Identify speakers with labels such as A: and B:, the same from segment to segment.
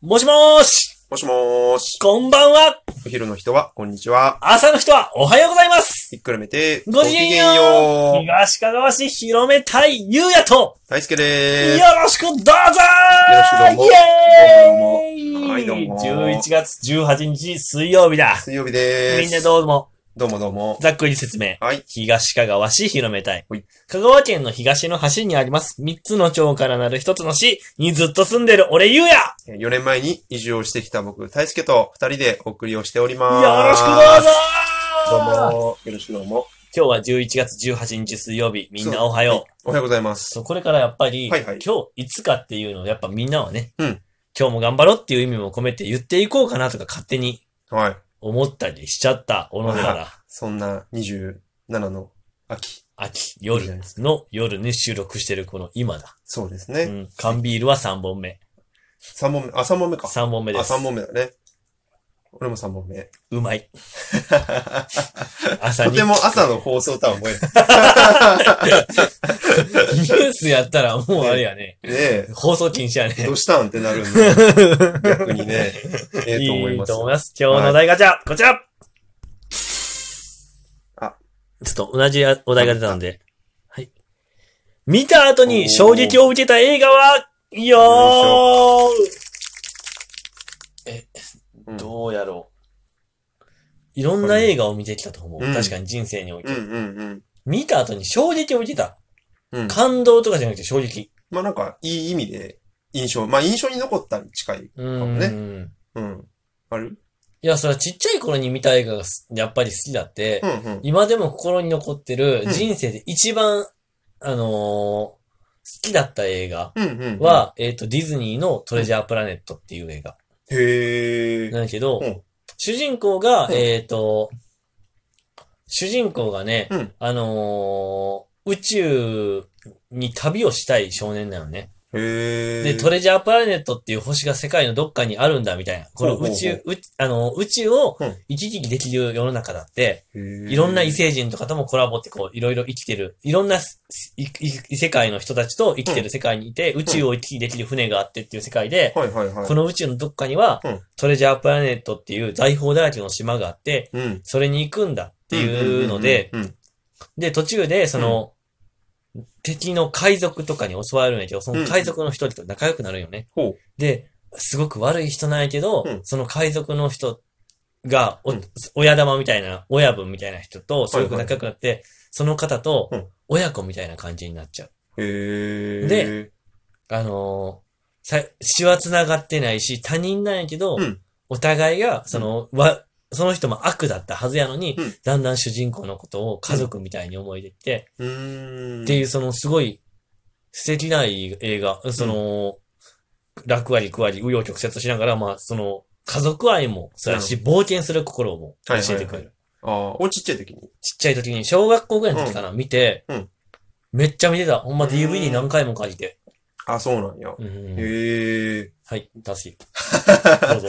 A: もしもーし
B: もしもーし。
A: こんばんは
B: お昼の人は、こんにちは。
A: 朝の人はおはようございます
B: ひっくるめて、
A: ごきげんよう
B: う
A: 東かがわ市広めたいゆうやと、
B: 大輔
A: よ
B: でーす。
A: ろしくどうぞー
B: よろしくどうも
A: イェーイ
B: どうもどうもはいどうも
A: 11月18日水曜日だ
B: 水曜日でーす。
A: みんなどうも、
B: どうもどうも。
A: ざっくり説明。
B: はい。
A: 東かがわ市広めたい
B: はい。
A: 香川県の東の端にあります、3つの町からなる1つの市にずっと住んでる俺ゆうや
B: 4年前に移住をしてきた僕、大輔と2人でお送りをしております。
A: よろしくどうぞー
B: どうも。よろしくどうも。
A: 今日は11月18日水曜日、みんなおはよう。
B: おはようございます。
A: そう、これからやっぱり、
B: はいはい
A: 今日いつかっていうのをやっぱみんなはね、
B: うん
A: 今日も頑張ろうっていう意味も込めて言っていこうかなとか勝手に
B: はい。
A: 思ったりしちゃった小野
B: は
A: 原
B: そんな27の秋。
A: 秋
B: いいじゃな
A: 夜
B: いです
A: の夜に収録してるこの今だ。
B: そうです
A: う
B: ね。
A: ん。缶ビールは3本目。
B: 三本目、あ、3本目か。
A: 3本目です。
B: あ、3本目だね。俺も3本目。
A: う まい。朝
B: と
A: に。ニ
B: て
A: ュ
B: も朝の放送とは思え
A: ースやったらもうあれやね。
B: ない。ねえ。
A: 放送禁止やね
B: ど。うしたんってなるんで、 逆にね、ええと思い
A: い
B: ま
A: い
B: す
A: と思い
B: よ。
A: ます。今日のお題ガチャ、こちら
B: あ
A: ちょっと同じお題が出たので。はい。見た後に衝撃を受けた映画は、よ
B: う
A: ー
B: ん
A: どうやろう。いろんな映画を見てきたと思う。
B: うん
A: 確かに人生において。
B: うんうんうん。
A: 見た後に衝撃を受けた。
B: うん、
A: 感動とかじゃなくて衝撃。
B: まあなんか、いい意味で、印象、まあ印象に残ったに近い。
A: う
B: ね
A: ん。
B: うん。ある
A: いや、それはちっちゃい頃に見た映画がすやっぱり好きだって
B: う、んうん。
A: 今でも心に残ってる
B: うん
A: 人生で一番、あのー好きだった映画
B: うんうん。、
A: は、えっ、と、ディズニーのトレジャープラネットっていう映画。
B: へえ。
A: なんだけど、
B: うん
A: 主人公が、
B: うん
A: えっ、と、主人公がね、
B: うん
A: あのー宇宙に旅をしたい少年なのね。
B: へえ。
A: で、トレジャープラネットっていう星が世界のどっかにあるんだみたいな。この
B: ほうほう
A: 宇
B: ほう
A: 宙、うあの、宇宙を
B: うん
A: 行き来できる世の中だって、
B: い
A: いろんな異星人とかともコラボってこう、いろいろ生きてる。いろんなすいい異世界の人たちと生きてる世界にいて、宇宙を行き来できる船があってっていう世界で、
B: はいはいはい。
A: この宇宙のどっかには
B: うん、
A: トレジャープラネットっていう財宝だらけの島があって、
B: うん。っ
A: それに行くんだっていうので、
B: うん。
A: で、途中で、その、敵の海賊とかに襲われるんやけど、その海賊の一人と仲良くなるよね。
B: ほ
A: で、すごく悪い人なんやけど、
B: うん
A: その海賊の人が、お
B: うん
A: 親玉みたいな、親分みたいな人と、すごく
B: はいはい
A: 仲良くなって、その方
B: う
A: と
B: ん、
A: 親子みたいな感じになっちゃう。
B: う。へえ。
A: で、あのーさ、血は繋がってないし、他人なんやけど、
B: うん
A: お互いが、その、わ、その人も悪だったはずやのに、
B: うん
A: だんだん主人公のことを家族みたいに思い出って、
B: うーん。。
A: っていうう、そのすごい素敵な映画、その、楽あり苦あり、紆余曲折しながら、まあ、その、家族愛もそうやし、冒険する心も教えて
B: はい
A: く
B: は
A: れ
B: いはい
A: る。
B: ああ、おちっちゃい時に。
A: ちっちゃい時に、小学校ぐらいの時かな、見て
B: うん、
A: めっちゃ見てた。ほんま
B: うん
A: DVD 何回も借りて。
B: あ、そうなんや。
A: うん
B: へえ。
A: はい、出すよ。 どうぞ。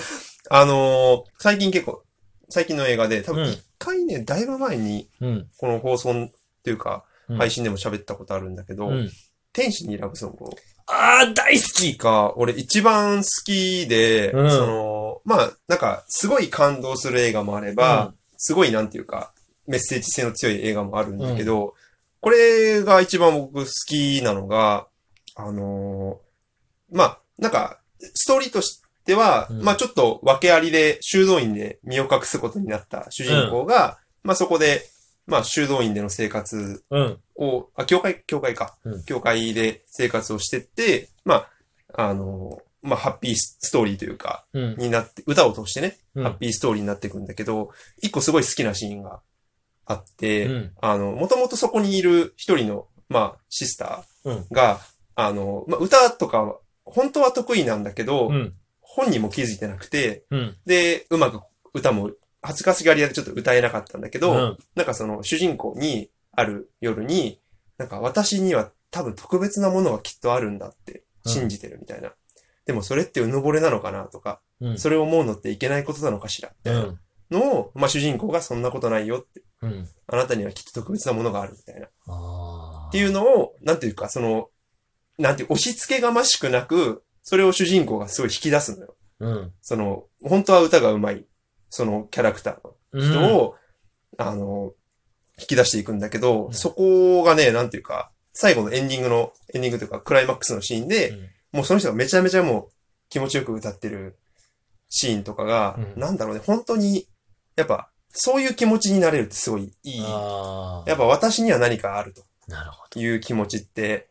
B: あのー、最近結構、最近の映画で、多
A: う
B: 分
A: ん
B: 一回ね、だいぶ前に、
A: うん。
B: この放送っていうか、
A: うん
B: 配信でも喋ったことあるんだけど、
A: うん。
B: 天使にラブソング
A: あー、大好き
B: が、俺一番好きで、
A: うん
B: その、まあ、なんか、すごい感動する映画もあれば、すごいなんていうか、メッセージ性の強い映画もあるんだけど、これが一番僕好きなのが、あのーまあ、なんか、ストーリーとしては、
A: うん
B: まあちょっと訳ありで修道院で身を隠すことになった主人公が、まあそこで、まあ修道院での生活
A: うん。うん。
B: を、あ、教会、教会か
A: うん。
B: 教会で生活をしてって、まあ、あの、まあ、ハッピーストーリーというか、
A: うん。
B: になって、歌を通してね、
A: うん
B: ハッピーストーリーになっていくんだけど、一個すごい好きなシーンがあって、
A: うん。
B: あの、もともとそこにいる一人の、まあ、シスタ
A: うん
B: ーが、あの、まあ、歌とかは、本当は得意なんだけど、
A: うん。
B: 本人も気づいてなくて、
A: うん。
B: で、うまく歌も、恥ずかしがり屋でちょっと歌えなかったんだけど、
A: うん
B: なんかその主人公にある夜に、なんか私には多分特別なものがきっとあるんだって信じてるみたいな。でもそれってうぬぼれなのかなとか、
A: うん。
B: それを思うのっていけないことなのかしらみ
A: う。
B: たいなんのを、まあ主人公がそんなことないよって、
A: うん。
B: あなたにはきっと特別なものがあるみたいな。っ
A: あー。
B: ていうのを、なんていうかその、なんていう、押し付けがましくなく、それを主人公がすごい引き出すのよ。
A: うん。
B: その、本当は歌が上手い、そのキャラクターの
A: うん。
B: 人を、あの、引き出していくんだけど、
A: うん
B: そこがね、なんていうか、最後のエンディングの、エンディングというか、クライマックスのシーンで、
A: うん
B: もうその人がめちゃめちゃもう気持ちよく歌ってるシーンとかが、
A: うん
B: なんだろうね、本当に、やっぱ、そういう気持ちになれるってすごいいい。
A: あ
B: やっぱ私には何かあると
A: あ。なるほど。
B: いう気持ちって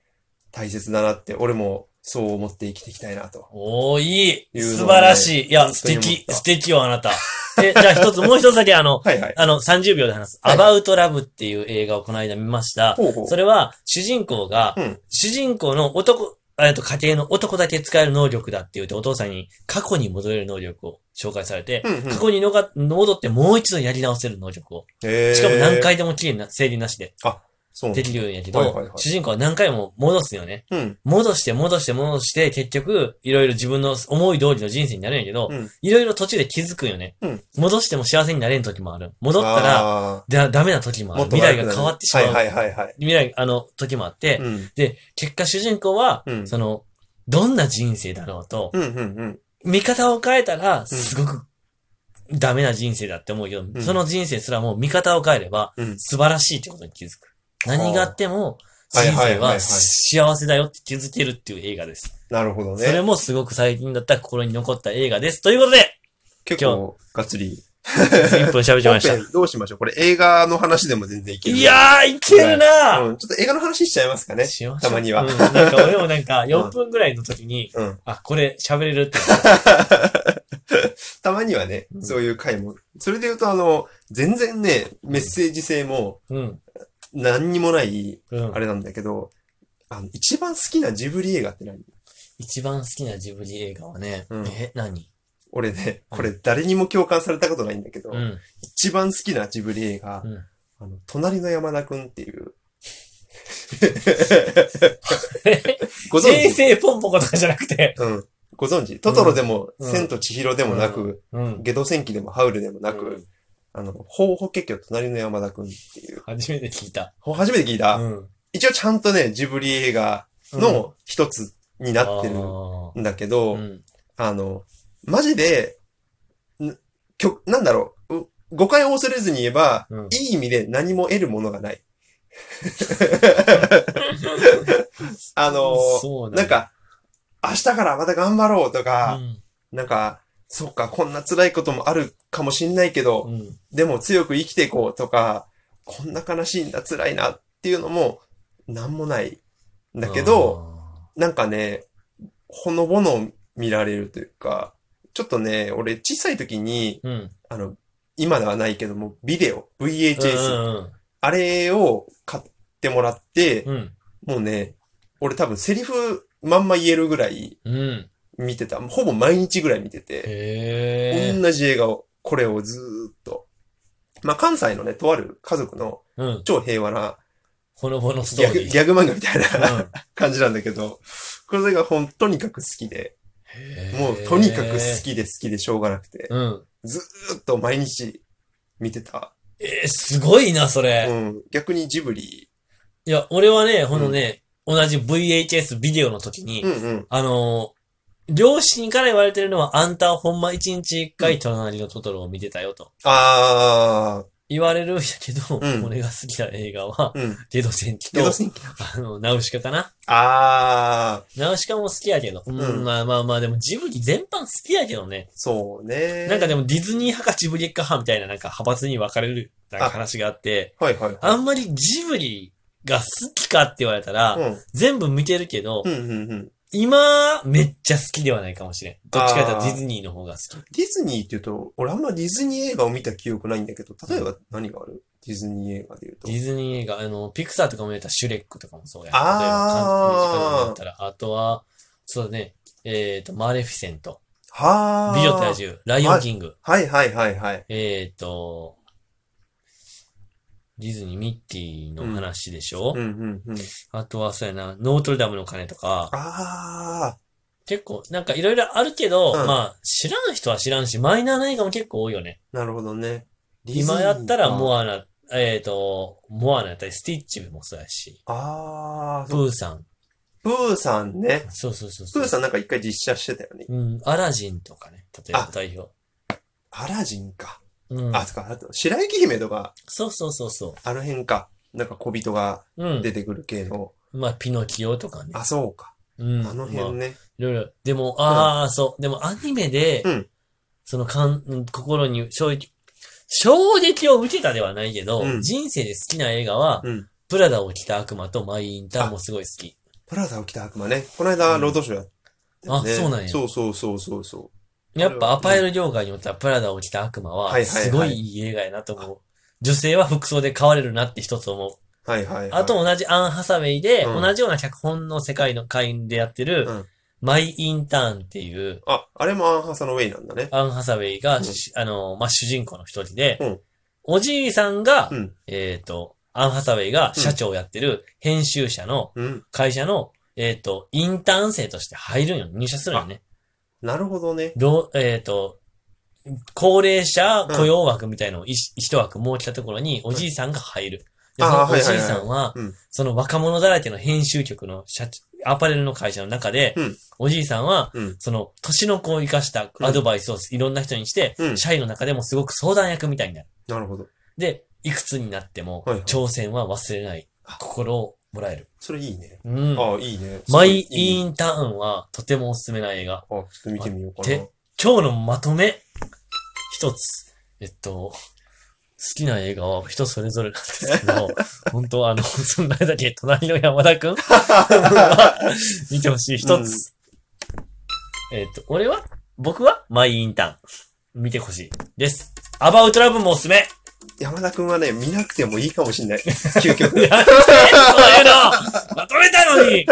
B: 大切だなって、俺もそう思って生きていきたいなと。
A: おー、いい。
B: いうのをね
A: 素晴らしい。いや、
B: 本
A: 素
B: 当に思った
A: 敵、素敵よ、あなた。 え、じゃあ一つ、もう一つだけ、あの、
B: はいはい。
A: あの、30秒で話す。
B: は
A: ア
B: い
A: バウトラブっていう映画をこの間見ました。
B: ほうほう。
A: それは、主人公が
B: うん、
A: 主人公の男、えっと、家庭の男だけ使える能力だって言って、お父さんに過去に戻れる能力を紹介されて、
B: うんうん
A: 過去にのが戻ってもう一度やり直せる能力を。
B: へー
A: しかも何回でも綺麗な、整理なしで
B: そう
A: できるんやけ
B: はいはいはい
A: ど、主人公は何回も戻すよね。
B: うん。
A: 戻して戻して戻して、結局、いろいろ自分の思い通りの人生になるんやけど
B: うん、
A: いろいろ途中で気づくんよね
B: うん。
A: 戻しても幸せになれん時もある。戻ったら、
B: あ
A: だ、ダメな時も
B: ー、
A: ある。
B: と
A: 未来が変わってしまう。
B: はいはいはいはい。
A: 未来、あの、時もあって、
B: うん。
A: で、結果主人公は、
B: うん
A: その、どんな人生だろうと、
B: うんうんうん。
A: 見方を変えたら、すごく、ダメな人生だって思うけど、
B: ん
A: その人生すらもう見方を変えれば、
B: うん
A: 素晴らしいってことに気づく。何があっても、
B: は
A: 人
B: いはいはい
A: 生
B: はい
A: は幸せだよって気づけるっていう映画です。
B: なるほどね。
A: それもすごく最近だった心に残った映画です。ということ で、
B: 結構、がっつり。
A: 1分喋っちゃいまし
B: 本
A: た。
B: 編どうしましょうこれ映画の話でも全然いける。
A: いやー、いけるなー、
B: うん、ちょっと映画の話しちゃいますかね。
A: しましょう
B: たまには
A: うんなんか俺もなんか4分ぐらいの時に、
B: うん
A: あ、これ喋れるって。
B: たまにはね、そういう回も。それで言うと、あの、全然ね、メッセージ性も
A: うん。
B: 何にもない、
A: うん
B: あ。れなんだけど、あの、一番好きなジブリ映画って何
A: 一番好きなジブリ映画はね、
B: うん
A: え、何
B: 俺ね、これ誰にも共感されたことないんだけど、
A: うん。
B: 一番好きなジブリ映画、
A: うん
B: あの、隣の山田くんっ ていう。ご存
A: 人
B: 知
A: 生ポンポコとかじゃなくて。
B: うん。ご存知トトロでも、
A: うん
B: 千と千尋でもなく、
A: うん。
B: ゲド戦記でもハウルでもなく、
A: うん
B: あの、ほうほけきょ隣の山田くんっていう。
A: 初めて聞いた。
B: ほ初めて聞いた、
A: ん。
B: 一応ちゃんとね、ジブリ映画の一つになってる
A: あ
B: んだけど、
A: ーうん。
B: あの、マジで、ん曲、なんだろう、う誤解を恐れずに言えば、
A: うん
B: いい意味で何も得るものが ない。あの、
A: そう
B: な
A: だ、
B: んか、明日からまた頑張ろうと
A: う
B: か、
A: ん
B: なんか、そっか、こんな辛いこともあるかもしんないけど、
A: うん。
B: でも強く生きていこうとか、こんな悲しいんだ、辛いなっていうのも、なんもない。だけど、なんかね、ほのぼの見られるというか、ちょっとね、俺小さい時に、
A: あー、うん。
B: あの、今ではないけども、ビデオ、VHS、
A: うん
B: あれを買ってもらって、
A: うん。
B: もうね、俺多分セリフまんま言えるぐらい
A: うん。うん。
B: 見てた。ほぼ毎日ぐらい見てて。
A: へえ。
B: 同じ映画を、これをずーっと。まあ、関西のね、とある家族の
A: うん。
B: 超平和な
A: ほのぼのスト
B: ギャ
A: ー
B: グ
A: リ
B: ギ
A: ー。
B: ャグ漫画みたいな
A: うん
B: 感じなんだけど、これがほんとにかく好きで、
A: へー
B: もうとにかく好きで好きでしょうがなくて、
A: うん。
B: ずーっと毎日見てた。
A: えー、すごいな、それ。
B: うん。逆にジブリ。
A: いや、俺はね、このね、同じ VHS ビデオの時に、
B: うんうん。
A: あのー両親から言われてるのは、あんたはほんま一日一回隣のトトロを見てたよと。
B: あ
A: 言われるんやけど、
B: うん
A: 俺が好きな映画は、
B: ー。うん。
A: ゲド戦記
B: ゲ
A: と、
B: ド戦記。
A: あの、ナウシカかな。
B: あー。
A: ナウシカも好きやけど。うん、
B: うん
A: まあまあまあ、でもジブリ全般好きやけどね。
B: そうね。
A: なんかでもディズニー派かジブリ派かみたいななんか派閥に分かれるなんか話があって、
B: はいはい
A: あ
B: は
A: んまりジブリが好きかって言われたら、
B: い。うん。
A: 全部見てるけど、
B: うんうんうん。
A: 今、めっちゃ好きではないかもしれん。どっちかというとディズニーの方が好き。
B: ディズニーって言うと、俺あんまディズニー映画を見た記憶ないんだけど、例えば何があるディズニー映画で言うと
A: デ。ィズニー映画、あの、ピクサーとかも入れたらシュレックとかもそうや。
B: あー
A: 例えば韓国の時間だったら、あとは、そうだね、えっ、と、マーレフィセント、
B: はあ。
A: 美女と野獣、ライオンキング、
B: はいはいはいはい。
A: えっ、と、ディズニー、ミッキーの話でしょ、
B: うんうんうん。
A: あとは、そうやな、ノートルダムの鐘とか、
B: ああ。
A: 結構、なんかいろいろあるけど、
B: うん
A: まあ、知らん人は知らんし、マイナーな映画も結構多いよね。
B: なるほどね。
A: 今やったら
B: う。
A: モアナ、えっ、と、モアナやったり、スティッチもそうやし、
B: ああ。
A: プーさん、
B: プーさんね。
A: そうそうそう
B: プ
A: そう
B: ー。さんなんか一回実写してたよね。
A: うん、アラジンとかね、例えば
B: あ
A: 代表。
B: アラジンか。
A: うん、
B: あ、つか、あと、白雪姫とか、
A: そうそうそうそ
B: あの辺か。なんか小人が
A: う。うん。
B: 出てくる系の。
A: まあ、ピノキオとかね。
B: あ、そうか。
A: うん。
B: あの
A: まあ
B: 辺ね。
A: いろいろ。でも、ああ、そう。でもアニメで、
B: うん
A: その感、うん心に衝撃、衝撃を受けたではないけど、
B: うん
A: 人生で好きな映画は、
B: うん
A: プラダを着た悪魔とマイ・インターンもすごい好き。
B: プラザを着た悪魔ね。この間、ロードショーやったよね
A: あそうなんや
B: そうそうそうそうそう。
A: やっぱアパレル業界におったらプラダを着た悪魔
B: はいはいは
A: は、す
B: い
A: ごいいい映画やなと思う。女性は服装で変われるなって一つ思う。
B: はいはい、はい。
A: あと、同じアン・ハサウェイで、
B: うん
A: 同じような脚本の世界の会員でやってる、
B: うん
A: マイ・インターンっていう、
B: あ、あれもアンハサのウェイなんだね。
A: アン・ハサウェイが、
B: うん
A: しあの、まあ、主人公の一人で、
B: うん
A: おじいさんが、
B: うん
A: えっ、と、アン・ハサウェイが社長をやってる編集者の
B: うん。
A: 会社の、えっ、と、インターン生として入るんよ。入社するんよね。
B: なるほどね。
A: どう、えっ、と、高齢者雇用枠みたいのを一一枠設けたところにおじいさんが入る。で、そ
B: あ
A: の
B: ー
A: お
B: はいはい
A: じ
B: はい
A: いさんは
B: うん、
A: その若者だらけの編集局の社長アパレルの会社の中で
B: うん、
A: おじいさんは
B: うん、
A: その年の子を生かしたアドバイスをいろんな人にして
B: う、ん
A: 社員の中でもすごく相談役みたいになる。
B: なるほど。
A: で、いくつになっても
B: はいはい
A: 挑戦は忘れない
B: あ
A: 心をもらえる。
B: それいいね。
A: うん。
B: あいいね。
A: マイ・
B: いい
A: インターンはとてもおすすめな映画。
B: あ、ちょっと見てみようか
A: 待っ
B: な。
A: 今日のまとめ、一つ、えっと、好きな映画は人それぞれなんですけど、本当はあの、そんなだけ隣の山田くん見てほしい、一つ。えっと、俺は僕はマイインターン。見てほしい。です。アバウトラブもおすすめ
B: 山田くんはね、見なくてもいいかもしんない。究極。
A: そういうのまとめたのに